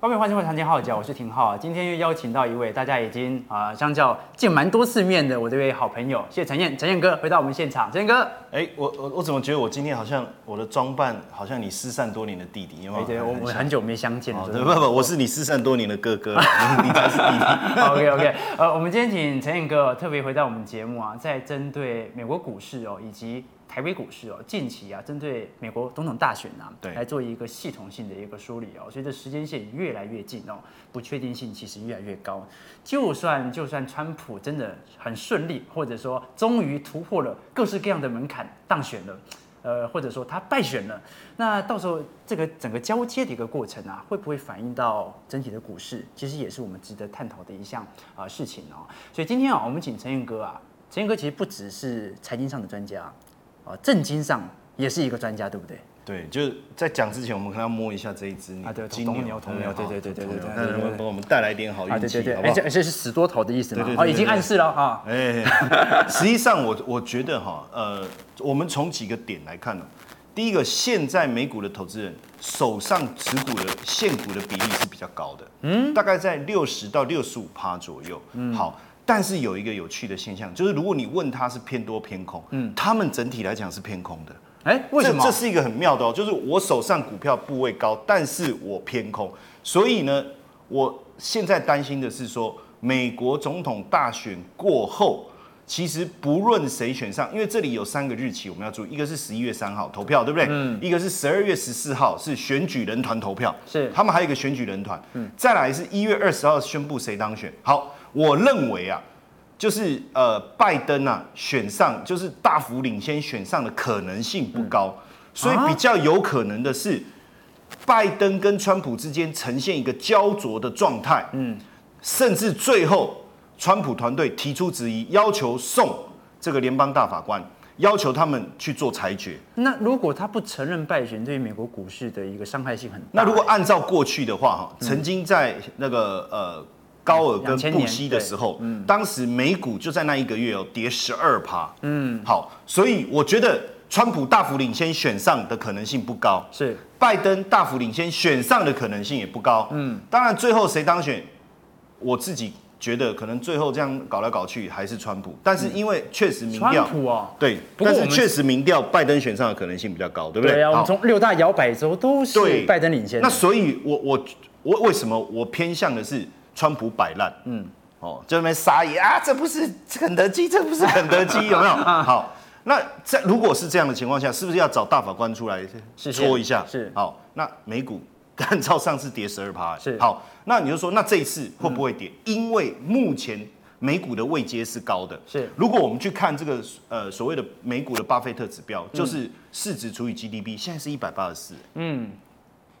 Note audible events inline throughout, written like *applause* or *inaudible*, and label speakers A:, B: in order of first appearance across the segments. A: 方便花钱会谈天好脚，我是廷浩。今天又邀请到一位大家已经啊、呃相较见蛮多次面的我的一位好朋友，谢谢陈燕，陈燕哥回到我们现场，陈燕哥，
B: 哎、我我我怎么觉得我今天好像我的装扮好像你失散多年的弟弟，有没
A: 哎
B: 有？
A: 对，我我们
B: 像
A: 很久没相见了
B: 哦，对，不不，我是你失散多年的哥哥，你才是弟弟。
A: *laughs* OK OK，呃，我们今天请陈燕哥特别回到我们节目啊，在针对美国股市哦，以及台北股市哦，近期啊，针对美国总统大选啊，
B: 对
A: 来做一个系统性的一个梳理哦。随着时间线越来越近哦，不确定性其实越来越高。就算就算川普真的很顺利，或者说终于突破了各式各样的门槛当选了。呃，或者说他败选了，那到时候这个整个交接的一个过程啊，会不会反映到整体的股市？其实也是我们值得探讨的一项啊、呃事情哦。所以今天啊，我们请陈彦哥啊，陈彦哥其实不只是财经上的专家啊、政经上也是一个专家，对不对？
B: *laughs* 对，就是在讲之前，我们可能要摸一下这一只牛
A: 啊对
B: 金
A: 铜牛铜牛对对对对对对
B: 那
A: 对
B: 能不
A: 对
B: 能帮我们带来一点好
A: 啊，
B: 运
A: 对
B: 气，
A: 对对，
B: 好
A: 而
B: 不好
A: 且？而且是死多头的意思嘛
B: 对对，
A: 哦，
B: 对
A: 已经
B: 对对
A: 暗示了哈。
B: 哎，实际上我我觉得哈，呃，我们从几个点来看呢，哦第一个，现在美股的投资人手上持股的现股的比例是比较高的，嗯，大概在六十到六十五趴左右，嗯，好。但是有一个有趣的现象，就是如果你问他是偏多偏空，嗯，他们整体来讲是偏空的，
A: 哎、为什么
B: 这？这是一个很妙的哦，就是我手上股票部位高，但是我偏空，所以呢，我现在担心的是说，美国总统大选过后。其实不论谁选上，因为这里有三个日期我们要注意，一个是十一月三号投票，对不对？嗯。一个是十二月十四号是选举人团投票，
A: 是
B: 他们还有一个选举人团。嗯。再来是一月二十号宣布谁当选。好，我认为啊，就是呃，拜登啊选上，就是大幅领先选上的可能性不高，所以比较有可能的是，拜登跟川普之间呈现一个焦灼的状态，嗯，甚至最后川普团队提出质疑，要求送这个联邦大法官，要求他们去做裁决。
A: 那如果他不承认败选，对于美国股市的一个伤害性很大。
B: 那如果按照过去的话，哈，曾经在那个呃高尔跟
A: 2000
B: 布希的时候，
A: 嗯
B: 当时美股就在那一个月哦跌十二趴，嗯，好，所以我觉得川普大幅领先选上的可能性不高，
A: 是
B: 拜登大幅领先选上的可能性也不高，嗯，当然最后谁当选，我自己觉得可能最后这样搞来搞去还是川普，但是因为确实民
A: 川
B: 调。
A: 普哦，
B: 对，
A: 不过
B: 但
A: 我
B: 是
A: 们
B: 确实民调拜登选上的可能性比较高，对不对？
A: 对啊，我们
B: 好
A: 从六大摇摆州都
B: 对
A: 是拜登领先的。
B: 那所以我，我我为什么我偏向的是川普摆烂？嗯，哦，就在那边撒野啊，这不是肯德基，这不是肯
A: *laughs*
B: 德基，有没有？好，那在如果是这样的情况下，是不是要找大法官出来
A: 是
B: 戳一下？
A: 是
B: 好，那美股按照上次跌十二趴，
A: 是
B: 好，那你就说，那这一次会不会跌？因为目前。美股的位阶是高的，
A: 是
B: 如果我们去看这个呃所谓的美股的巴菲特指标，就是市值除以 GDP，现在是一百八十四，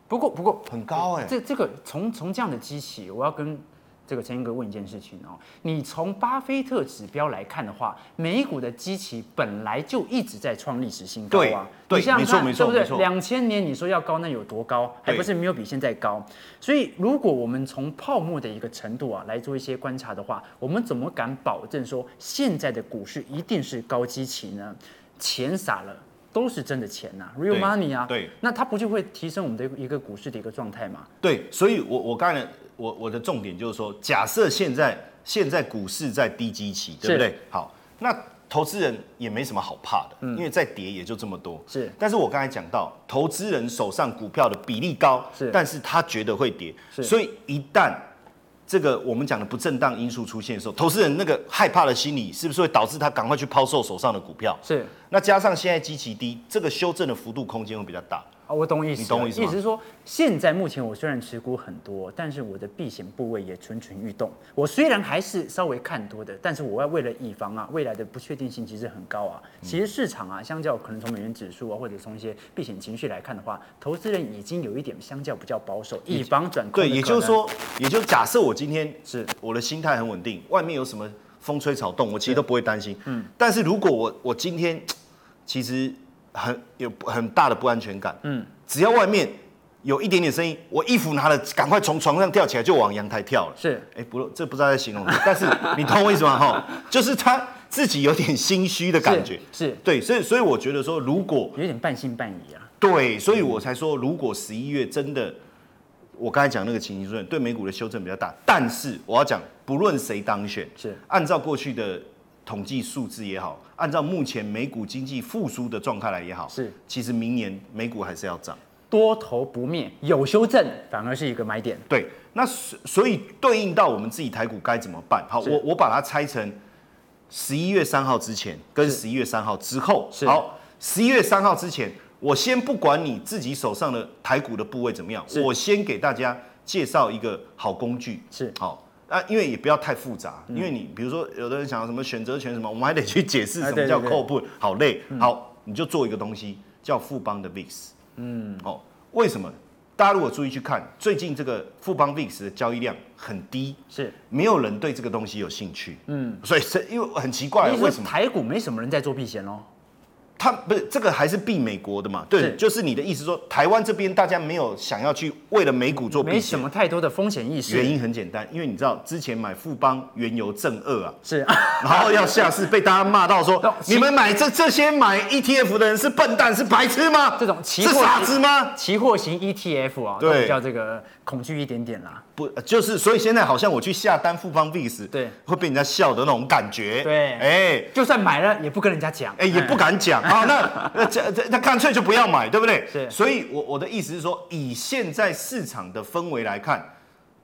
A: 不过不过
B: 很高哎、
A: 这这个从从这样的基期，我要跟这个陈英哥问一件事情哦。你从巴菲特指标来看的话，美股的基期本来就一直在创历史新高啊。
B: 对对
A: 你想想看
B: 没错
A: 对
B: 没
A: 不
B: 错
A: 对？两千年你说要高，那有多高？还
B: 对
A: 不是没有比现在高。所以如果我们从泡沫的一个程度啊来做一些观察的话，我们怎么敢保证说现在的股市一定是高基期呢？钱撒了。都是真的钱呐、r e a l
B: 对
A: money 啊，
B: 对
A: 那它不就会提升我们的一个股市的一个状态吗？
B: 对，所以我我刚才我我的重点就是说，假设现在现在股市在低基期，对不对？好，那投资人也没什么好怕的，因为再跌也就这么多。
A: 是
B: 但是我刚才讲到，投资人手上股票的比例高，
A: 是
B: 但是他觉得会跌，
A: 是
B: 所以一旦这个我们讲的不正当因素出现的时候，投资人那个害怕的心理是不是会导致他赶快去抛售手上的股票？
A: 是
B: 那加上现在基期低，这个修正的幅度空间会比较大。
A: 啊，我懂意思了，
B: 你懂我意思吗
A: 意思是说，现在目前我虽然持股很多，但是我的避险部位也蠢蠢欲动。我虽然还是稍微看多的，但是我要为了以防啊未来的不确定性其实很高啊。其实市场啊，相较可能从美元指数啊，或者从一些避险情绪来看的话，投资人已经有一点相较比较保守，以防转空的
B: 对，
A: 可能。
B: 也就是说，也就是假设我今天
A: 是
B: 我的心态很稳定，外面有什么风吹草动，我其实都不会担心。嗯，但是如果我我今天其实很有很大的不安全感，嗯，只要外面有一点点声音，我衣服拿了，赶快从床上跳起来就往阳台跳了。
A: 是
B: 哎、不，这不知道在形容什么，但是你懂我意思吗？哈，就是他自己有点心虚的感觉。
A: 是是
B: 对，所以所以我觉得说，如果
A: 有点半信半疑啊。
B: 对，所以我才说，如果十一月真的，我刚才讲那个情形出现，对美股的修正比较大。但是我要讲，不论谁当选，
A: 是
B: 按照过去的统计数字也好，按照目前美股经济复苏的状态来也好，
A: 是
B: 其实明年美股还是要涨。
A: 多头不灭，有修正反而是一个买点。
B: 对，那所所以对应到我们自己台股该怎么办？好，
A: 是
B: 我我把它拆成十一月三号之前跟
A: 是
B: 十一月三号之后。
A: 是
B: 好，十一月三号之前，我先不管你自己手上的台股的部位怎么样
A: 是，
B: 我先给大家介绍一个好工具。
A: 是嗯
B: 好。啊，因为也不要太复杂，因为你比如说，有的人想要什么选择权什么，我们还得去解释
A: 啊
B: 什
A: 对
B: 么叫
A: 对对嗯
B: c o put，好累。好，你就做一个东西叫富邦的 VIX。嗯，哦，为什么？大家如果注意去看，最近这个富邦 VIX 的交易量很低，
A: 是，
B: 没有人对这个东西有兴趣。嗯，所以这因为很奇怪，啊
A: 你
B: 为
A: 说
B: 什么
A: 台股没什么人在做避险喽？
B: 它不是这个还是避美国的嘛？对，
A: 是
B: 就是你的意思说，台湾这边大家没有想要去为了美股做避
A: 没什
B: 险。
A: 么太多的风险意识。
B: 原因很简单，因为你知道之前买富邦原油正二啊，
A: 是 *laughs*
B: 然后要下市被大家骂到说
A: 懂，
B: 你们买这这些买 ETF 的人是笨蛋是白痴吗？
A: 这种期
B: 是
A: 货
B: 傻子吗？
A: 期货型 ETF 啊，
B: 对
A: 都比较这个恐惧一点点啦。
B: 不呃就是，所以现在好像我去下单富邦 VIX，
A: 对
B: 会被人家笑的那种感觉，
A: 对
B: 哎、
A: 就算买了也不跟人家讲，
B: 哎、也不敢讲啊、那那这这那干脆就不要买，对不对？
A: 是
B: 所以我我的意思是说，以现在市场的氛围来看，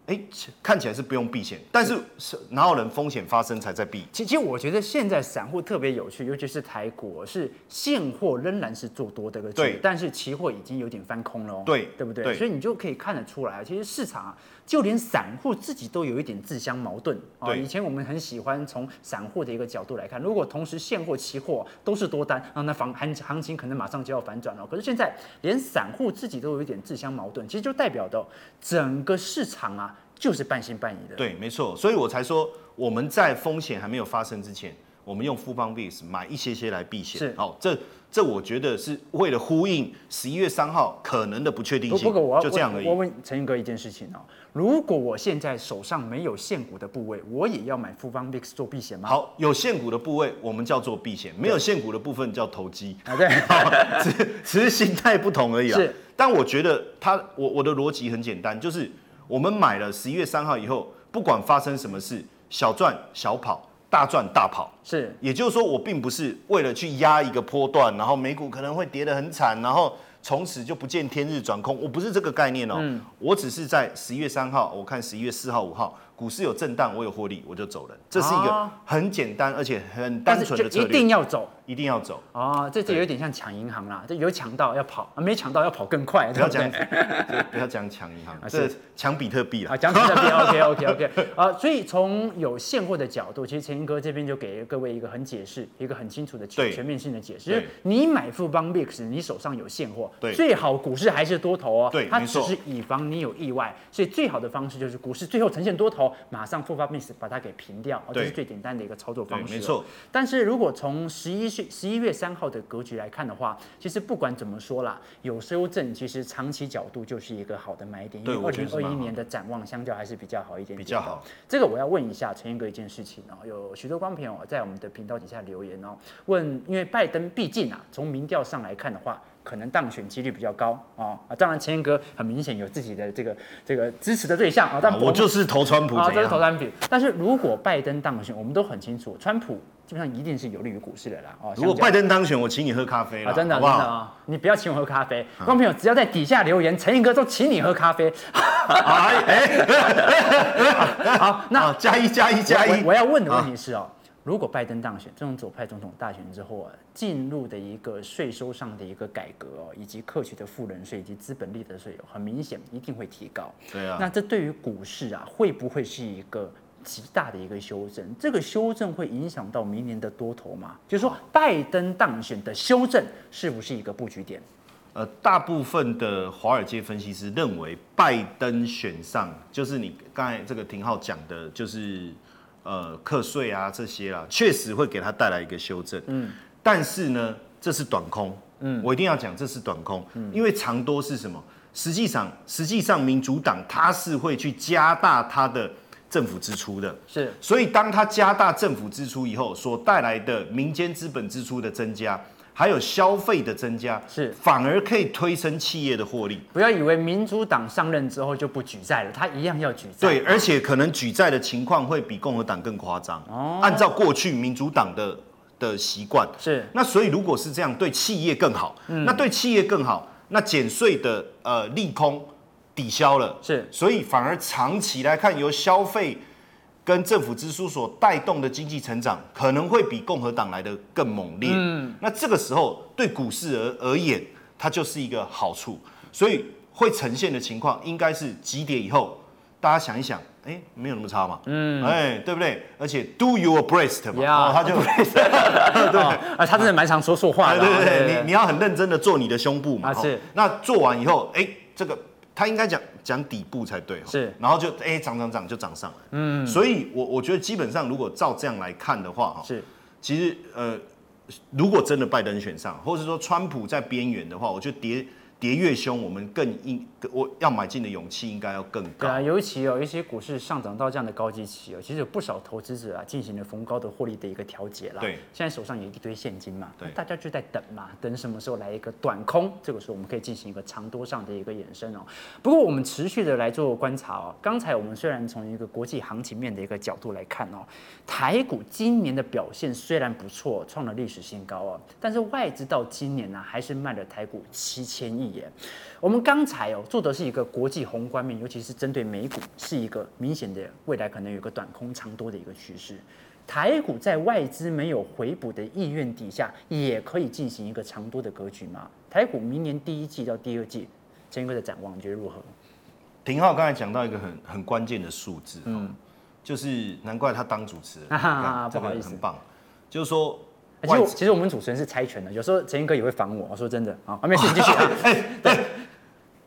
B: 哎、看起来是不用避险，但是是哪有人风险发生才在避？
A: 其其实我觉得现在散户特别有趣，尤其是台股哦是现货仍然是做多的一个主
B: 对
A: 但是期货已经有点翻空了哦，
B: 对
A: 对不对？
B: 对
A: 所以你就可以看得出来，其实市场啊，就连散户自己都有一点自相矛盾啊。
B: 对
A: 以前我们很喜欢从散户的一个角度来看，如果同时现货、期货都是多单，啊，那房行行情可能马上就要反转了。哦可是现在连散户自己都有一点自相矛盾，其实就代表的整个市场啊，就是半信半疑的。
B: 对，没错，所以我才说我们在风险还没有发生之前，我们用富邦 VIX 买一些些来避险。
A: 是
B: 好、这这我觉得是为了呼应十一月三号可能的不确定
A: 不
B: 性，
A: 不过我要
B: 就这样而已
A: 我。我问陈云哥一件事情哦，如果我现在手上没有现股的部位，我也要买富邦 VIX 做避险吗？
B: 好，有现股的部位我们叫做避险，没有现股的部分叫投机，
A: 啊，
B: *laughs*
A: 对，
B: 只只是心态不同而已啊
A: 是。
B: 但我觉得它，我我的逻辑很简单，就是我们买了十一月三号以后，不管发生什么事，小赚小跑，大赚大跑。
A: 是
B: 也就是说，我并不是为了去压一个波段，然后美股可能会跌得很惨，然后从此就不见天日转空。我不是这个概念哦，
A: 嗯
B: 我只是在十一月三号，我看十一月四号、五号股市有震荡，我有获利，我就走人。这是一个
A: 哦
B: 很简单而且很
A: 但
B: 单
A: 是
B: 纯
A: 就
B: 的策
A: 一
B: 略，
A: 定要走
B: 一定要走。
A: 哦，这这有点像抢银行啦，这有抢到要跑，啊没抢到要跑更快，
B: 不
A: 对
B: 要
A: 不对
B: 讲，？这不要讲抢
A: *laughs*
B: 银行，这
A: 啊是
B: 抢比特币
A: 啊，
B: 了。
A: 讲比特币，OK OK OK，啊，所以从有现货的角度，其实陈英哥这边就给各位一个很解释，一个很清楚的全
B: 对
A: 全面性的解释。就
B: 对
A: 是你买富邦 VIX，你手上有现货，
B: 对
A: 最好股市还是多头哦，
B: 对
A: 它
B: 没
A: 只
B: 错
A: 是以防你有意外，所以最好的方式就是股市最后呈现多头，马上富邦 VIX 把它给平掉，哦，这
B: 对
A: 是最简单的一个操作方式。哦
B: 对没错。
A: 但是如果从十一月十一月三号的格局来看的话，其实不管怎么说啦，有修正，其实长期角度就是一个好的买点，因
B: 对
A: 为二
B: 我觉
A: 零
B: 得是
A: 二
B: 蛮
A: 一
B: 好的
A: 年。的展望相较还是比较好一点点的
B: 比较好。
A: 这个我要问一下陈彦哥一件事情哦，有许多观众朋友在我们的频道底下留言哦，问因为拜登毕竟啊，从民调上来看的话。可能当选几率比较高哦啊，当然陈彦哥很明显有自己的这个这个支持的对象啊，但
B: 啊我就是投川普
A: 啊，
B: 怎
A: 这是投
B: 样？
A: 单比。但是如果拜登当选，我们都很清楚，川普基本上一定是有利于股市的啦哦。
B: 如果
A: 相较
B: 拜登当选，我请你喝咖啡
A: 啊，
B: 了，
A: 真的
B: 好
A: 真
B: 不
A: 的
B: 好？
A: 啊，你不要请我喝咖啡，观众朋友只要在底下留言，陈彦哥都请你喝咖啡。 *laughs*
B: 哎哎，
A: 好，那
B: 那啊加一加一加
A: 我
B: 一啊
A: 我，我要问的问题是哦，如果拜登当选，这种左派总统大选之后啊，进入的一个税收上的一个改革哦，以及客取的富人税以及资本利得税哦，很明显一定会提高。
B: 对啊
A: 那这对于股市啊，会不会是一个？极大的一个修正，这个修正会影响到明年的多头吗？就是
B: 哦
A: 说，拜登当选的修正是不是一个布局点？
B: 呃，大部分的华尔街分析师认为，拜登选上就是你刚才这个廷浩讲的，就是呃课税啊这些啦，确实会给他带来一个修正。嗯，但是呢，这是短空。嗯，我一定要讲这是短空，因为长多是什么？实际上，实际上民主党它是会去加大它的政府支出的。
A: 是
B: 所以当它加大政府支出以后，所带来的民间资本支出的增加，还有消费的增加，
A: 是
B: 反而可以推升企业的获利。
A: 不要以为民主党上任之后就不举债了，他一样要举债。
B: 对，而且可能举债的情况会比共和党更夸张。哦，按照过去民主党的的习惯，
A: 是嗯
B: 那所以如果是这样，对企业更好。那对企业更好，那减税的呃利空抵消了，
A: 是
B: 所以反而长期来看，由消费跟政府支出所带动的经济成长，可能会比共和党来的更猛烈。嗯，那这个时候对股市而而言，它就是一个好处，所以会呈现的情况应该是几点以后，大家想一想。哎、没有那么差嘛，嗯，哎、对不对？而且 do your best 嘛，
A: Yeah
B: 哦，他就 *laughs*
A: 对啊，他真的蛮常说错话
B: 啊，
A: 的。
B: 对对对，你你要很认真的做你的胸部嘛。
A: 啊
B: 哦
A: 是
B: 那做完以后，哎，这个他应该讲讲底部才对。哦
A: 是。
B: 然后就哎涨涨涨就涨上来。嗯。所以我我觉得基本上如果照这样来看的话，哈，哦
A: 是
B: 其实呃，如果真的拜登选上，或者说川普在边缘的话，我觉得跌跌越凶，我们更应我要买进的勇气应该要更高
A: 对。啊，尤其有一些股市上涨到这样的高基期哦，其实有不少投资者啊进行了逢高的获利的一个调节啦。
B: 对
A: 现在手上有一堆现金嘛，
B: 对
A: 那大家就在等嘛，等什么时候来一个短空，这个时候我们可以进行一个长多上的一个延伸哦。不过我们持续的来做观察哦。刚才我们虽然从一个国际行情面的一个角度来看哦，台股今年的表现虽然不错，创了历史新高哦，但是外资到今年呢、还是卖了台股七千亿耶。我们刚才哦做的是一个国际宏观面，尤其是针对美股，是一个明显的未来可能有个短空长多的一个趋势。台股在外资没有回补的意愿底下，也可以进行一个长多的格局吗？台股明年第一季到第二季，陈哥的展望你觉得如何？
B: 廷浩刚才讲到一个很很关键的数字，嗯，就是难怪他当主持
A: *laughs*
B: 人，
A: 啊哈哈
B: 你看这
A: 不好
B: 个
A: 意思
B: 很棒，就是说
A: 其实
B: 外
A: 我
B: 资
A: 其实我们主持人是猜拳的，有时候陈英哥也会烦我。我说真的啊， *laughs* 啊没事，你继续。啊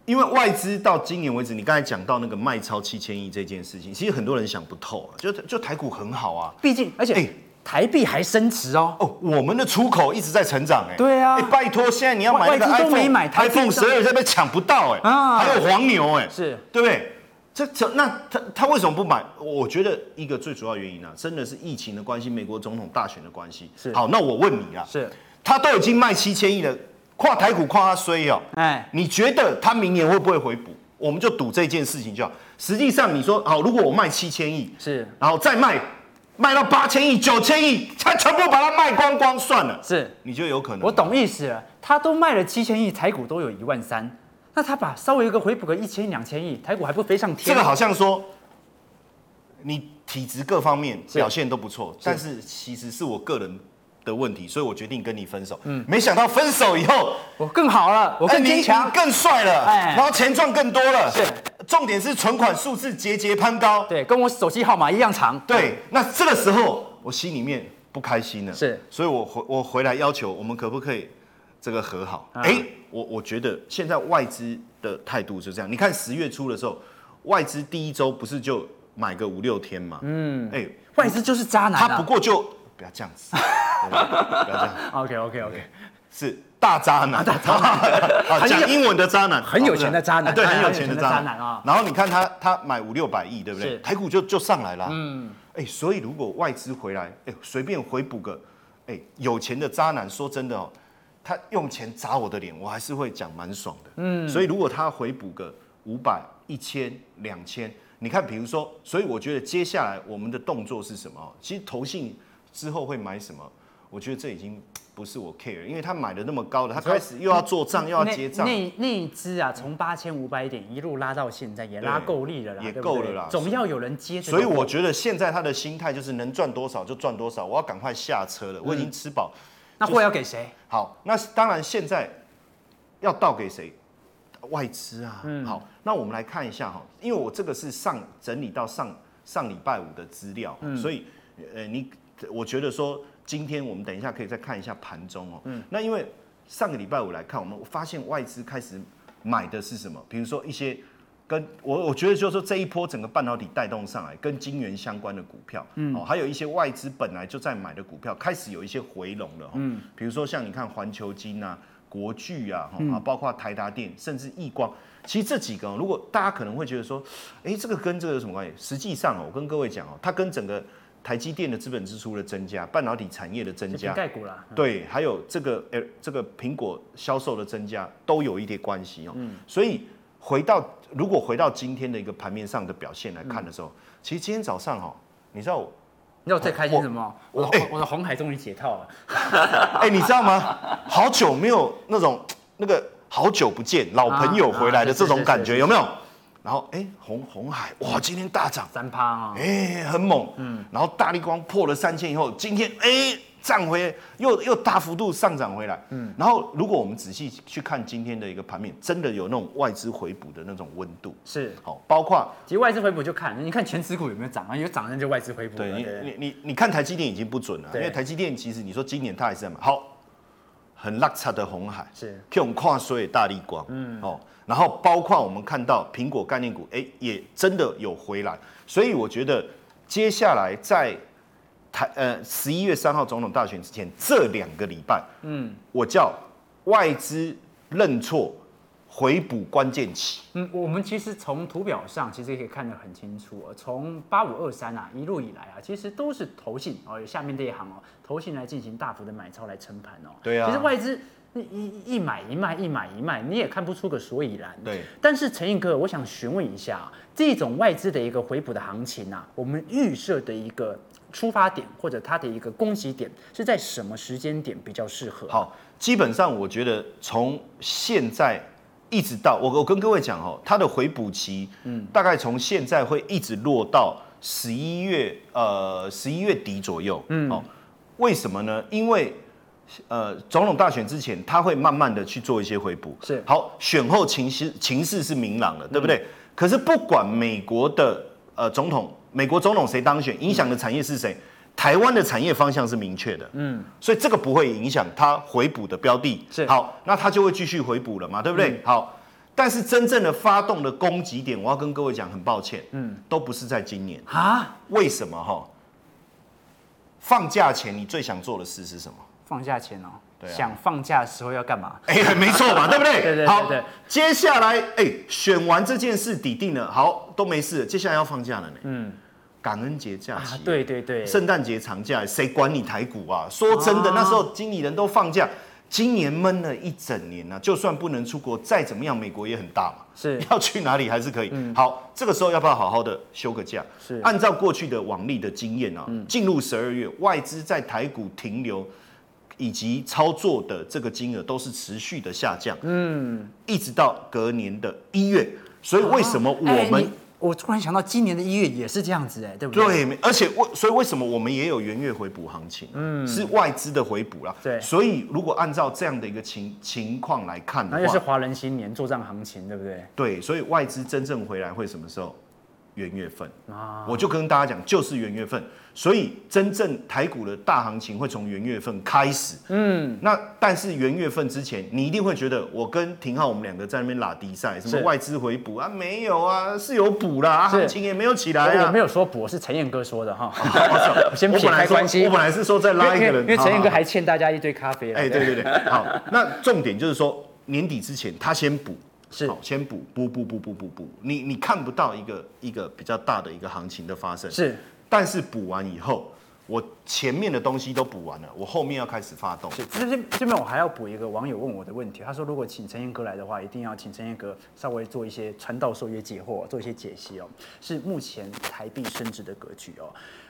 B: 因为外资到今年为止，你刚才讲到那个卖超七千亿这件事情，其实很多人想不透啊，就就台股很好啊，
A: 毕竟而
B: 哎
A: 且台币还升值哦。
B: 哦，我们的出口一直在成长哎、
A: 对啊
B: 哎拜托，现在你要买
A: 外
B: 那个
A: 外资都
B: iPhone，
A: 没买台币
B: iPhone
A: 上
B: 十二，这边抢不到哎、
A: 啊
B: 还有黄牛哎、
A: 是
B: 对不对？这这那他他为什么不买？我觉得一个最主要原因啊，真的是疫情的关系，美国总统大选的关系。
A: 是
B: 好，那我问你啊，
A: 是，
B: 他都已经卖七千亿了，跨台股跨他衰哦、
A: 哎，
B: 你觉得他明年会不会回补？我们就赌这件事情就好。实际上，你说好，如果我卖七千亿，
A: 是
B: 然后再卖，卖到八千亿、九千亿，他全部把它卖光光算了，
A: 是，
B: 你就有可能。
A: 我懂意思了。他都卖了七千亿，台股都有一万三，那他把稍微一个回补个一千两千亿，台股还不飞上
B: 这
A: 天？
B: 个好像说，你体质各方面表现都不错，但是其实是我个人的问题，所以我决定跟你分手。嗯，没想到分手以后，
A: 我更好了，我
B: 哎
A: 更
B: 你
A: 坚
B: 你
A: 强。
B: 更帅了，
A: 哎
B: 然后钱赚更多了。
A: 是，
B: 重点是存款数字节节攀高。
A: 对，跟我手机号码一样长。
B: 对，那这个时候我心里面不开心了，
A: 是，
B: 所以我回我回来要求我们可不可以这个和好？哎、
A: 啊
B: 我我觉得现在外资的态度就这样。你看十月初的时候，外资第一周不是就买个五六天嘛？嗯，哎、
A: 外资就是渣男、啊。
B: 他不过就不要这样子，对不对不要这样，
A: OK OK OK，
B: 是大渣男，大渣 *laughs* 男，
A: 很有
B: 讲英文的渣男，
A: 很有钱的渣男
B: 啊对，
A: 哎
B: 很有钱
A: 很有
B: 的渣
A: 钱的渣男啊
B: 然后你看他，他买五六百亿，对不对
A: 是？
B: 台股就就上来了。嗯，哎，所以如果外资回来，哎，随便回补个，哎，有钱的渣男，说真的哦，他用钱砸我的脸，我还是会讲蛮爽的。嗯，所以如果他回补个五百、一千、两千，你看，比如说，所以我觉得接下来我们的动作是什么哦？其实投信之后会买什么？我觉得这已经不是我 care，因为他买的那么高的，他开始又要做账，又要结账。
A: 那那一只啊，从八千五百点一路拉到现在，也拉
B: 对
A: 够力了啦，
B: 也
A: 对不
B: 够
A: 对
B: 了啦
A: 总要有人接这个
B: 所
A: 货。
B: 以我觉得现在他的心态就是能赚多少就赚多少，我要赶快下车了，我已经吃饱。
A: 那货要给谁？
B: 好，那当然现在要倒给谁？外资啊。好，那我们来看一下哈，因为我这个是上整理到上上礼拜五的资料，所以呃，你我觉得说今天我们等一下可以再看一下盘中哦。那因为上个礼拜五来看，我们发现外资开始买的是什么？比如说一些。跟我我觉得就是说这一波整个半导体带动上来，跟晶圆相关的股票，嗯，哦，还有一些外资本来就在买的股票，开始有一些回笼了，嗯，比如说像你看环球金啊、国巨啊，哈、啊，包括台达电，甚至易光，其实这几个哦，如果大家可能会觉得说，哎、这个跟这个有什么关系？实际上哦，我跟各位讲哦，它跟整个台积电的资本支出的增加，半导体产业的增
A: 就
B: 加
A: 瓶，盖股啦，
B: 对，还有这个呃这个苹果销售的增加都有一点关系哦。所以回到如果回到今天的一个盘面上的表现来看的时候，其实今天早上哦，你知道我， *laughs*
A: 你知道我最开心什么？我的
B: 哎
A: 红我的红海终于解套了，
B: 哎、你知道吗？好久没有那种那个好久不见老朋友回来的这种感觉，
A: 啊啊
B: 有没有？然后哎、红红海哇，今天大涨，
A: 三趴啊，
B: 哎、很猛，嗯，然后大力光破了三千以后，今天哎、涨回，又又大幅度上涨回来，嗯，然后如果我们仔细去看今天的一个盘面，真的有那种外资回补的那种温度，
A: 是。
B: 好，包括
A: 其实外资回补就看，你看全持股有没有涨啊？有涨那就外资回补了。
B: 对
A: 对
B: 你
A: 不对，
B: 你你你看台积电已经不准了，因
A: 对
B: 为台积电其实你说今年它还是在买，好，很落差的红海
A: 是
B: 这种跨所以大力光，嗯哦，然后包括我们看到苹果概念股，哎、也真的有回来，所以我觉得接下来在台呃十一月三号总统大选之前这两个礼拜，嗯，我叫外资认错回补关键期。
A: 嗯，我们其实从图表上其实可以看得很清楚哦，从八五二三啊一路以来啊，其实都是投信哦，有下面这一行哦，投信来进行大幅的买超来撑盘哦。
B: 对啊
A: 其实外资一一一买一卖一买一卖，你也看不出个所以然。
B: 对。
A: 但是陈毅哥，我想询问一下啊，这种外资的一个回补的行情啊，我们预设的一个出发点或者它的一个攻击点是在什么时间点比较适合？
B: 好，基本上我觉得从现在一直到我我跟各位讲哦，它的回补期，嗯，大概从现在会一直落到十一月呃十一月底左右，嗯，哦，为什么呢？因为呃，总统大选之前，他会慢慢的去做一些回补。
A: 是
B: 好，选后情势情势是明朗的，对不对？可是不管美国的呃总统，美国总统谁当选，影响的产业是谁，台湾的产业方向是明确的。嗯，所以这个不会影响他回补的标的。
A: 是
B: 好，那他就会继续回补了嘛，对不对？好。但是真正的发动的攻击点，我要跟各位讲，很抱歉，嗯，都不是在今年。
A: 啊，
B: 为什么哈？放假前你最想做的事是什么？
A: 放假前哦，
B: 对啊
A: 想放假的时候要干嘛？
B: 哎、 *laughs* 没错嘛，对不对？
A: *laughs* 对对对
B: 好
A: 对，
B: 接下来哎、选完这件事底定了，好，都没事了，接下来要放假了呢。嗯，感恩节假
A: 啊
B: 期、，
A: 对对对，
B: 圣诞节长假，谁管你台股啊？说真的，那时候经理人都放假，今年闷了一整年呢、啊。就算不能出国，再怎么样，美国也很大嘛，
A: 是嗯
B: 要去哪里还是可以。好，这个时候要不要好好的休个假？
A: 是嗯
B: 按照过去的往例的经验啊，进入十二月，外资在台股停留。以及操作的这个金额都是持续的下降，嗯，一直到隔年的一月，所以为什么我
A: 哎
B: 们
A: 你我突然想到，今年的一月也是这样子，哎，对不对？
B: 对，没而且为所以为什么我们也有元月回补行情、嗯，是外资的回补啦。
A: 对
B: 所以如果按照这样的一个情情况来看
A: 然后
B: 的
A: 又是
B: 话，
A: 华人新年做账行情，对不对？
B: 对，所以外资真正回来会什么时候？元月份啊，我就跟大家讲，就是元月份，所以真正台股的大行情会从元月份开始。嗯，那但是元月份之前，你一定会觉得我跟廷浩我们两个在那边拉低赛，什么
A: 是
B: 外资回补啊，没有啊，是有补啦，啊
A: 是
B: 行情也没有起来
A: 哎我
B: 啊
A: 我没。有说补，是陈彦哥说的
B: *laughs*
A: 哈。
B: 我
A: 先
B: 我
A: 撇
B: 本来
A: 开
B: 说
A: 关系
B: 我本来是说再拉一
A: 因
B: 个
A: 为
B: 人，
A: 因为陈彦哥
B: 好好
A: 还欠大家一堆咖啡了。
B: 哎，对对对，
A: *laughs*
B: 好，那重点就是说年底之前他先补，
A: 是
B: 好先补，补补补补补补，你你看不到一个一个比较大的一个行情的发生，，
A: 是
B: 但是补完以后，我前面的东西都补完了，我后面要开始发动，
A: 是，这边这边我还要补一个网友问我的问题，他说如果请陈彦哥来的话，一定要请陈彦哥稍微做一些传道授业解惑，做一些解析哦。是目前台币升值的格局哦，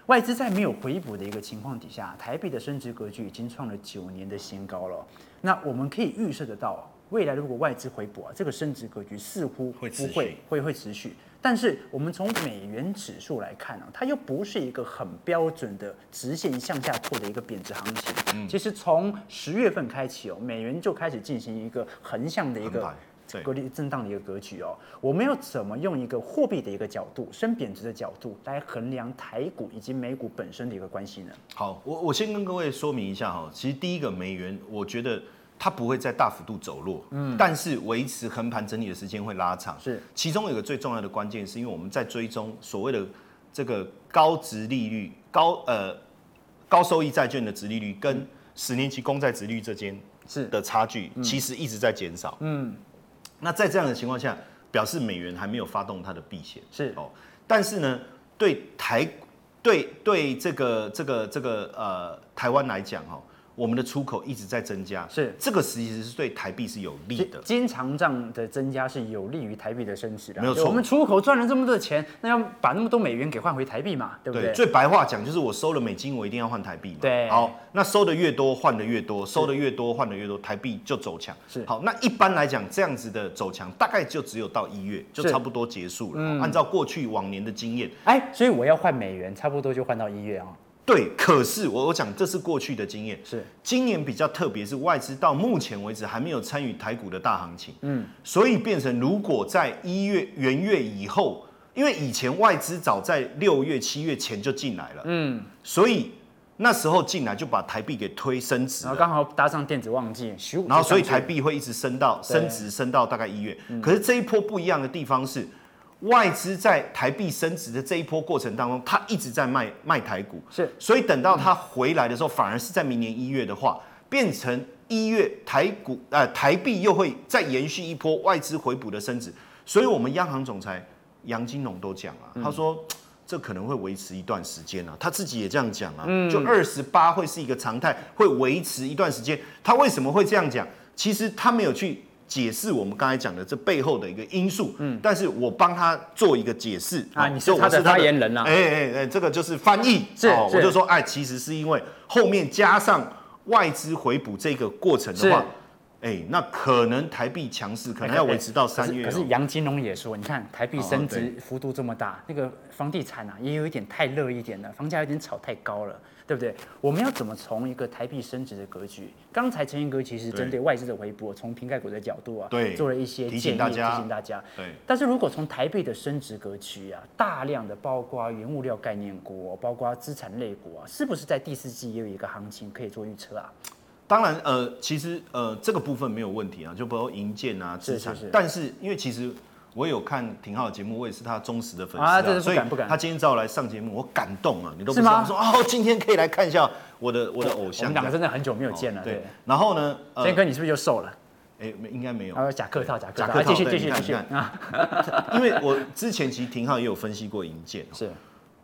A: 外资在没有回补的一个情况底下，台币的升值格局已经创了九年的新高了哦。那我们可以预设得到哦、未来如果外资回补啊，这个升值格局似乎
B: 会持
A: 不
B: 续
A: 会会会持续。但是我们从美元指数来看啊，它又不是一个很标准的直线向下破的一个贬值行情。
B: 嗯
A: 其实从十月份开启哦，美元就开始进行一个横向的一
B: 横
A: 个
B: 盘对
A: 格力震荡的一个格局哦。我们要怎么用一个货币的一个角度、升贬值的角度来衡量台股以及美股本身的一个关系呢？
B: 好，我我先跟各位说明一下哈，其实第一个美元，我觉得它不会再大幅度走弱，嗯，但是维持横盘整理的时间会拉长，
A: 是
B: 其中有个最重要的关键，是因为我们在追踪所谓的这个高值利率、高呃高收益债券的值利率跟十年期公债值率之间
A: 是
B: 的差距，其实一直在减少，嗯，那在这样的情况下，表示美元还没有发动它的避险，
A: 是
B: 哦，但是呢，对台对对这个这个这个呃台湾来讲哦，我们的出口一直在增加，
A: 是
B: 这个其实是对台币是有利的。
A: 经常账的增加是有利于台币的升值的，
B: 没有错
A: 我们出口赚了这么多的钱，那要把那么多美元给换回台币嘛，对不
B: 对，
A: 对？
B: 最白话讲就是我收了美金，我一定要换台币嘛。
A: 对
B: 好，那收的越多，换的越多，收的越多，换的越多，台币就走强。
A: 是
B: 好，那一般来讲，这样子的走强大概就只有到一月，就是差不多结束
A: 嗯
B: 了。按照过去往年的经验，
A: 哎，所以我要换美元，差不多就换到一月哦。
B: 对，可是我我讲这是过去的经验，
A: 是
B: 今年比较特别，是外资到目前为止还没有参与台股的大行情，嗯，所以变成如果在一月元月以后，因为以前外资早在六月七月前就进来了，嗯，所以那时候进来就把台币给推升值
A: 然后
B: 了。
A: 刚好搭上电子旺季，咻
B: 然后所以
A: 就上
B: 台
A: 去
B: 币会一直升到
A: 对嗯
B: 升值，升到大概一月。可是这一波不一样的地方是，外资在台币升值的这一波过程当中，它一直在卖卖台股，
A: 是
B: 所以等到它回来的时候，反而是在明年一月的话，变成一月台股呃台币又会再延续一波外资回补的升值。所以我们央行总裁杨金龙都讲
A: 嗯
B: 啊，他说。这可能会维持一段时间啊，他自己也这样讲啊，
A: 嗯
B: 就二十八会是一个常态，会维持一段时间。他为什么会这样讲？其实他没有去解释我们刚才讲的这背后的一个因素，嗯，但是我帮他做一个解释
A: 啊
B: 哦
A: 你是
B: 就我
A: 他的发言人啊
B: 哎哎哎，这个就是翻译，
A: 是
B: 哦
A: 是
B: 我就说，哎，其实是因为后面加上外资回补这个过程的话
A: 是。
B: 哎、那可能台币强势，可能要维持到三
A: 哎
B: 月、哦
A: 可是可是杨金龙也说，你看台币升
B: 哦
A: 值幅度这么大，那个房地产啊也有一点太热一点了，房价有点炒太高了，对不对？我们要怎么从一个台币升值的格局？刚才陈彦哥其实针对外资的微博，从瓶盖股的角度啊，
B: 对
A: 做了一些
B: 提
A: 建
B: 醒
A: 议，
B: 大家
A: 提醒大家。
B: 对，
A: 但是如果从台币的升值格局啊，大量的包括原物料概念股、啊包括资产类股啊，是不是在第四季也有一个行情可以做预测啊？
B: 当然，呃，其实呃，这个部分没有问题啊，就包括银建啊、
A: 是
B: 资产。
A: 是是
B: 但是因为其实我有看廷浩的节目，我也是他忠实的粉丝
A: 啊
B: 啊，
A: 这是不
B: 所以
A: 敢不敢
B: 他今天找我来上节目，我感动啊，你都
A: 是
B: 不知
A: 吗
B: 道，我说哦，今天可以来看一下我的我的偶
A: 我
B: 像
A: 们
B: 这
A: 两
B: 样。
A: 个真的很久没有见了，
B: 对
A: 对。，
B: 然后呢，呃
A: 陈，彦哥，你是不是又瘦了？
B: 哎，没应该没有
A: 然，后假客套，假客
B: 假
A: 套，
B: 客
A: 啊
B: 套
A: 继续
B: 对
A: 继续
B: 你看
A: 继续
B: 你
A: 啊，
B: *laughs* 因为我之前其实廷浩也有分析过银建哦，
A: 是，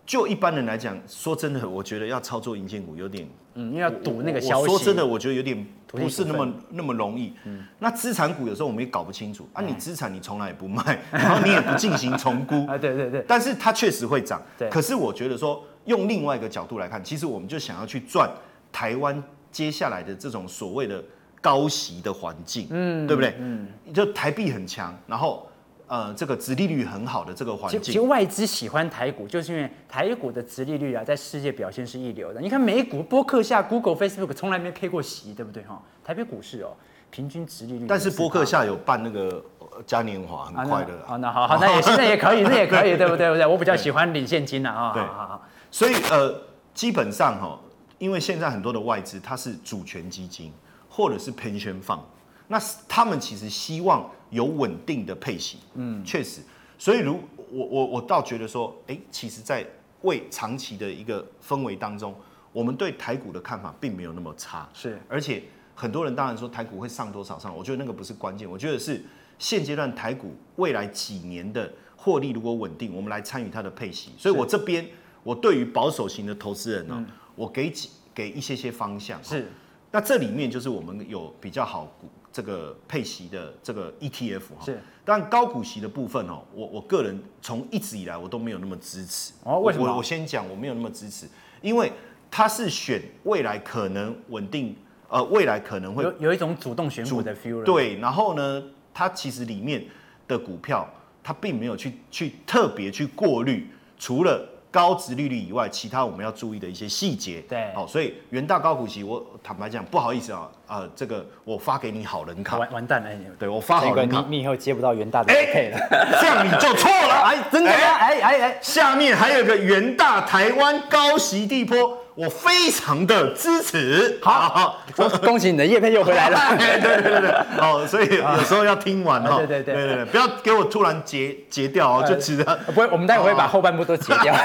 B: 就一般人来讲，说真的，我觉得要操作银建股有点
A: 嗯，因为要赌那个
B: 我
A: 消息。
B: 我说真的，，我觉得有点
A: 土地
B: 不
A: 处
B: 是那
A: 分
B: 么那么容易。
A: 嗯
B: 那资产股有时候我们也搞不清楚啊，你资产你从来也不卖， *laughs* 然后你也不进行重
A: *laughs*
B: 估，
A: 啊，对对对，
B: 但是它确实会涨
A: 对。
B: 可是我觉得说，用另外一个角度来看，其实我们就想要去赚台湾接下来的这种所谓的高息的环境，嗯，对不对？嗯，就台币很强，然后呃，这个殖利率很好的这个环
A: 其
B: 境，
A: 其实外资喜欢台股，就是因为台股的殖利率啊，在世界表现是一流的。你看美股播客下，Google、Facebook 从来没 K 过席，对不对哈？台北股市哦，平均殖利率，
B: 但是博客。下有办那个呃嘉年华，很快乐啊
A: 啊，那好好，那也是，那也可以，那也可
B: *laughs*
A: 以，对不对？对不对？我比较喜欢领现金的啊，
B: 对
A: 好好好，
B: 所以呃，基本上哈、因为现在很多的外资它是主权基金或者是 pension fund，那是他们其实希望有稳定的配息，嗯，确实。所以如我我我倒觉得说，哎、其实，在为长期的一个氛围当中，我们对台股的看法并没有那么差，
A: 是
B: 而且很多人当然说台股会上多少上，我觉得那个不是关键，我觉得是现阶段台股未来几年的获利如果稳定，我们来参与它的配息。所以我这边我对于保守型的投资人呢、哦我给几给一些些方向。
A: 是
B: 那这里面就是我们有比较好股这个配息的这个 ETF 哈，
A: 是。
B: 但高股息的部分哦，我我个人从一直以来我都没有那么支持。
A: 哦为什么
B: 我我我先讲，我没有那么支持，因为它是选未来可能稳定，呃，未来可能会
A: 有有一种主动选股的 feel 了，，
B: 对，然后呢，它其实里面的股票，它并没有去去特别去过滤，除了高值利率以外，其他我们要注意的一些细节。
A: 对
B: 好、所以元大高股息，我坦白讲，不好意思啊，啊、这个我发给你好人卡，
A: 完完蛋了，哎
B: 对我发
A: 这
B: 好
A: 个
B: 人
A: 你
B: 卡，
A: 你以后接不到元大的配了，
B: 这样你就错了，哎，
A: *laughs* 真的吗？哎哎哎，
B: 下面还有一个元大台湾高息地坡，我非常的支持。好
A: 恭恭喜你的叶配又回来了。
B: *laughs* 对对对对，哦，所以有时候要听完
A: 啊
B: 哦，
A: 对对对
B: 对对，不要给我突然截截掉哦，就
A: 呃
B: 其他。
A: *laughs* 不会，我们待会会把后半部都截 *laughs* 掉。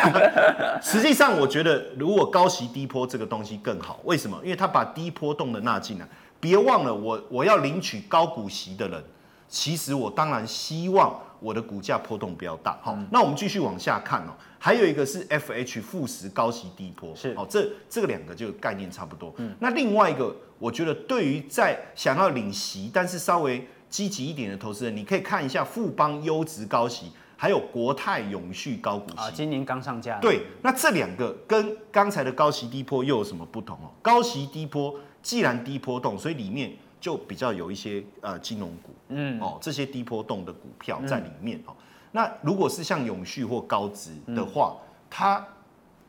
B: 实际上，我觉得如果高息低坡这个东西更好，为什么？因为它把低波动的纳进来。别忘了我，我要领取高股息的人，其实我当然希望我的股价波动比较大。好，
A: 嗯
B: 那我们继续往下看哦，还有一个是 FH 富时高息低波，
A: 是嗯
B: 好，这这个两个就概念差不多。那另外一个，我觉得对于在想要领息但是稍微积极一点的投资人，你可以看一下富邦优质高息，还有国泰永续高股息。
A: 啊，今年刚上架，，
B: 对，那这两个跟刚才的高息低波又有什么不同哦？高息低波既然低波动，所以里面就比较有一些呃金融股，嗯，哦，这些低波动的股票在里面哦。那如果是像永续或高值的话，它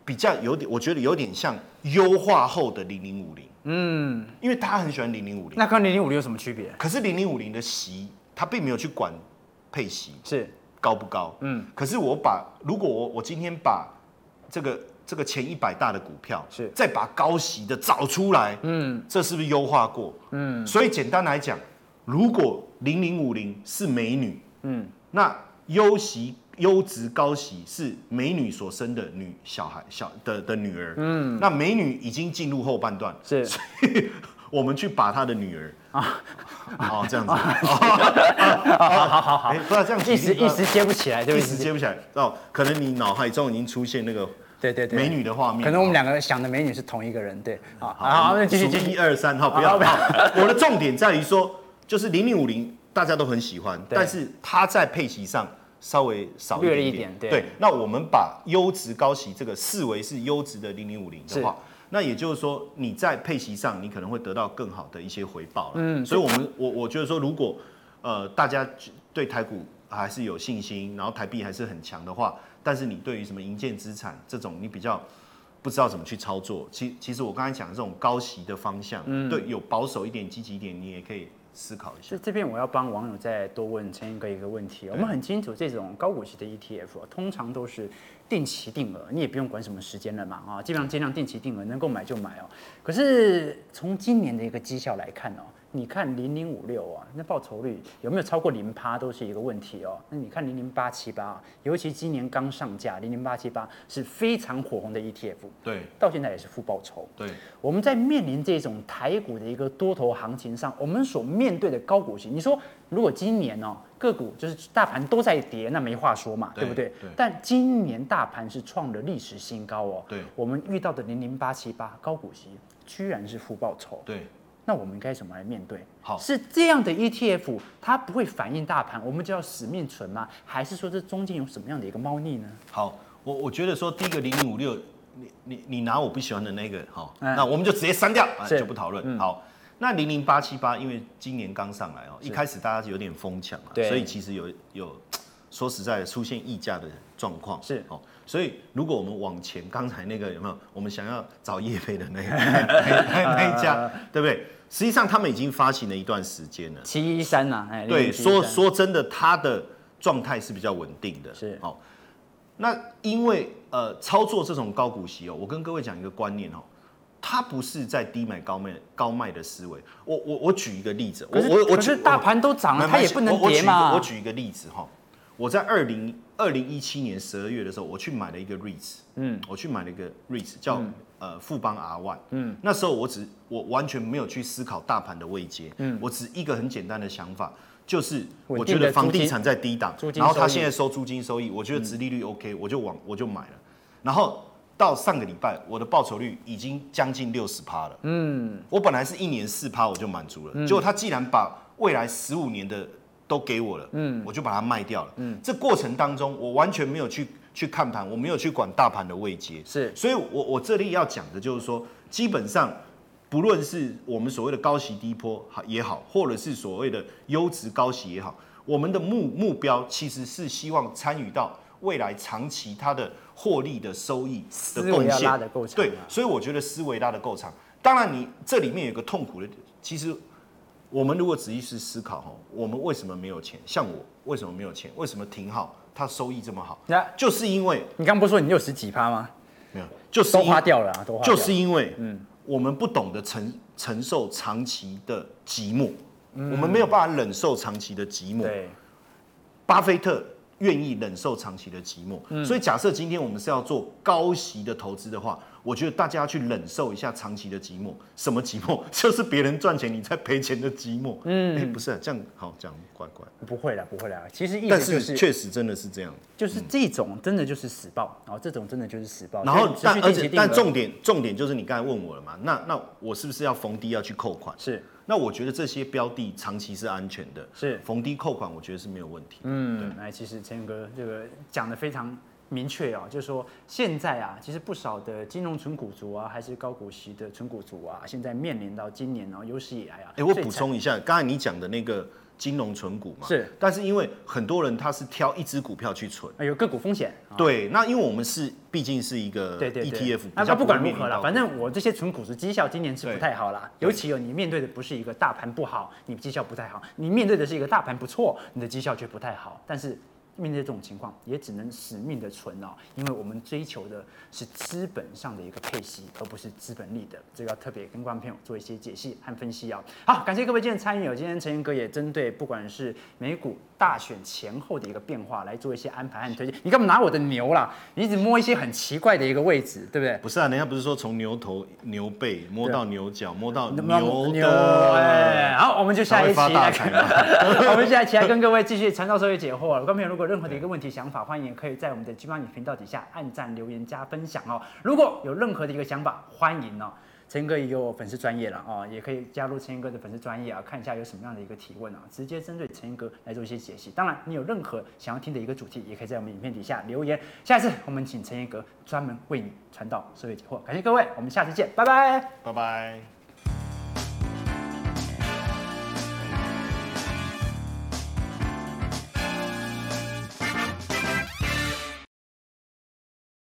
B: 比较有点，我觉得有点像优化后的零零五零，嗯，因为他很喜欢零零五零，
A: 那跟零零五六有什么区别？
B: 可是零零五零的息，他并没有去管配息，
A: 是
B: 高不高？嗯，可是我把如果我我今天把这个这个前一百大的股票
A: 是
B: 再把高息的找出来，嗯，这是不是优化过？嗯，所以简单来讲，如果零零五零是美女，嗯，那优息。优质高息是美女所生的女小孩小的的女儿，嗯，那美女已经进入后半段，
A: 是，
B: *laughs* 我们去把她的女儿啊， *laughs* 好这样子，
A: 好好好好
B: 哎，，不要这样举
A: *laughs*
B: 例，
A: 一时
B: 不
A: *laughs* 一时接
B: 要
A: 不起来，对
B: 一
A: 不
B: 时
A: 起，
B: 接不起来哦，可能你脑海中已经出现那个
A: 对对对，
B: 美女的画面。
A: 可能我们两个想的美女是同一个人，对，啊好，
B: 好
A: 嗯好，好那继续
B: 数
A: 继续，
B: 一二三，哈，不
A: 好
B: 要
A: 不
B: 不
A: 要
B: 要。 *laughs* 我的重点在于说，就是零零五零大家都很喜欢，
A: 对
B: 但是它在配息上稍微少一
A: 略
B: 点
A: 了一点
B: 点。
A: 对
B: 对，那我们把优质高息这个视为是优质的零零五零的话。那也就是说，你在配息上，你可能会得到更好的一些回报了。嗯，所以我们我我觉得说，如果呃大家对台股还是有信心，然后台币还是很强的话，但是你对于什么银建资产这种你比较不知道怎么去操作，其其实我刚才讲的这种高息的方向，对，有保守一点、积极一点，你也可以思考一下
A: 这。这边我要帮网友再多问陈一哥一个问题哦，我们很清楚这种高股息的 ETF 哦通常都是定期定额，你也不用管什么时间了嘛啊，基本上尽量定期定额，能够买就买哦。可是从今年的一个绩效来看哦，你看零零五六啊，那报酬率有没有超过零趴都是一个问题哦。那你看零零八七八，尤其今年刚上架零零八七八是非常火红的 ETF，
B: 对
A: 到现在也是负报酬。
B: 对，
A: 我们在面临这种台股的一个多头行情上，我们所面对的高股息，你说如果今年哦个股就是大盘都在跌，那没话说嘛，对
B: 对
A: 不对？
B: 对
A: 但今年大盘是创了历史新高哦。
B: 对
A: 我们遇到的零零八七八高股息居然是负报酬，
B: 对，
A: 那我们该怎么来面对？
B: 好
A: 是这样的 E ETF 它不会反映大盘，我们就要死命存吗？还是说这中间有什么样的一个猫腻呢？
B: 好，我我觉得说第一个零零五六，你你你拿我不喜欢的那个，好，
A: 嗯
B: 那我们就直接删掉，啊，
A: 是嗯
B: 就不讨论。好，那零零八七八，因为今年刚上来哦，一开始大家有点疯抢啊，
A: 对
B: 所以其实有有说实在的出现溢价的状况，
A: 是
B: 哦。所以如果我们往前，刚才那个有没有？我们想要找叶飞的那
A: *laughs*
B: 个那那那一
A: 啊
B: 家，对不对？实际上他们已经发行了一段时间了。
A: 七一三呐，哎，
B: 对，
A: 00713
B: 说说真的，它的状态是比较稳定的。
A: 是
B: 哦，那因为呃，操作这种高股息哦，我跟各位讲一个观念哦，它不是在低买高卖高卖的思维。我我我举一个例子，我
A: 可是
B: 我我
A: 可
B: 举
A: 是大盘都涨了，
B: 没
A: 它也
B: 关系
A: 不能
B: 我我
A: 跌
B: 举一个
A: 嘛。
B: 我举一个例子哈，我在二零二零一七年十二月的时候，我去买了一个 REITs，嗯，我去买了一个 REITs 叫、
A: 嗯
B: 呃富邦 R One，嗯，那时候我只我完全没有去思考大盘的位阶，嗯，我只一个很简单的想法。就是
A: 稳定的
B: 我觉得房
A: 租金
B: 地产在低档
A: 租，金
B: 然后
A: 收
B: 他
A: 益
B: 现在收租金收益，我觉得殖利率 OK，我就往我就买了。然后到上个礼拜，我的报酬率已经将近六十趴了。我本来是一年四趴我就满足了，结果他既然把未来十五年的都给我了，我就把它卖掉了，这过程当中我完全没有去去看盘，我没有去管大盘的位阶，
A: 是
B: 所以我我这里要讲的就是说，基本上不论是我们所谓的高息低波好也好，或者是所谓的优质高息也好，我们的目目标其实是希望参与到未来长期它的获利的收益的
A: 思维
B: 贡
A: 要
B: 献
A: 拉得够长
B: 对
A: 啊，
B: 所以我觉得思维拉的够长。当然，你这里面有一个痛苦的，其实我们如果仔细去思考哈，我们为什么没有钱？像我为什么没有钱？为什么挺好？它收益这么好，
A: 那
B: 就是因为
A: 你刚不是说你六十几趴吗？
B: 没有，就是
A: 都
B: 因
A: 花掉了啊，都花掉
B: 就
A: 了
B: 是因为，我们不懂得承承受长期的寂寞，我们没有办法忍受长期的寂寞。
A: 嗯对，
B: 巴菲特
A: 嗯
B: 愿意忍受长期的寂寞，所以假设今天我们是要做高息的投资的话，我觉得大家要去忍受一下长期的寂寞。什么寂寞？ *laughs* 就是别人赚钱你在赔钱的寂寞。嗯，哎、不是、啊、这样，好讲怪怪，
A: 不会啦，不会啦。其实意
B: 但
A: 思就是哦
B: 是确实真的是这样。
A: 就是这种真的就是死报，然后这种真的就是死报。
B: 然
A: 所
B: 后，
A: 以
B: 但
A: 持续
B: 而
A: 定期
B: 且
A: 定
B: 但
A: 额
B: 重点重点就是你刚才问我了嘛，那那我是不是要逢低要去扣款？
A: 是
B: 那我觉得这些标的长期是安全的，
A: 是
B: 逢低扣款，我觉得是没有问题。嗯，
A: 嗯，哎，其实陈勇哥这个讲的非常明确哦，就是说现在啊，其实不少的金融存股族啊，还是高股息的存股族啊，现在面临到今年哦有史以来啊，
B: 哎、我
A: 最
B: 补
A: 惨
B: 充一下，刚才你讲的那个金融存股嘛，
A: 是，
B: 但是因为很多人他是挑一只股票去存，
A: 哎有个股风险啊。
B: 对，那因为我们是毕竟是一个
A: 对对
B: ETF，
A: 对
B: E 比
A: 啊，
B: 较
A: 不管
B: 会
A: 如
B: 面临
A: 何啦，
B: 到
A: 反正我这些纯股族绩效今年是不
B: 对
A: 太好啦，尤其有你面对的不是一个大盘不好，你绩效不太好，你面对的是一个大盘不错，你的绩效却不太好，但是。面对这种情况，也只能死命的存哦，因为我们追求的是资本上的一个配息，而不是资本利的。这个要特别跟观众朋友做一些解析和分析啊、好，感谢各位今天的参与哦。今天陈彦哥也针对不管是美股大选前后的一个变化来做一些安排和推荐。你干嘛拿我的牛啦？你一直摸一些很奇怪的一个位置，对不对？
B: 不是啊，人家不是说从牛头、牛背摸到牛角，摸到牛
A: 牛
B: 的，
A: 哎，好，我们就下一期
B: 才会发大
A: 来
B: 财
A: 看
B: 嘛。
A: *laughs* 我们下一期来跟各位继续传道授业解惑。观众朋友，如果有任何的一个问题、想法，欢迎可以在我们的 G 帮你频道底下按赞、留言、加分享哦。如果有任何的一个想法，欢迎哦。陈哥也有粉丝专业了哦，也可以加入陈哥的粉丝专业啊，看一下有什么样的一个提问啊，直接针对陈哥来做一些解析。当然，你有任何想要听的一个主题，也可以在我们影片底下留言。下一次我们请陈彦哥专门为你传道授业解惑。感谢各位，我们下次见，拜拜。
B: 拜拜。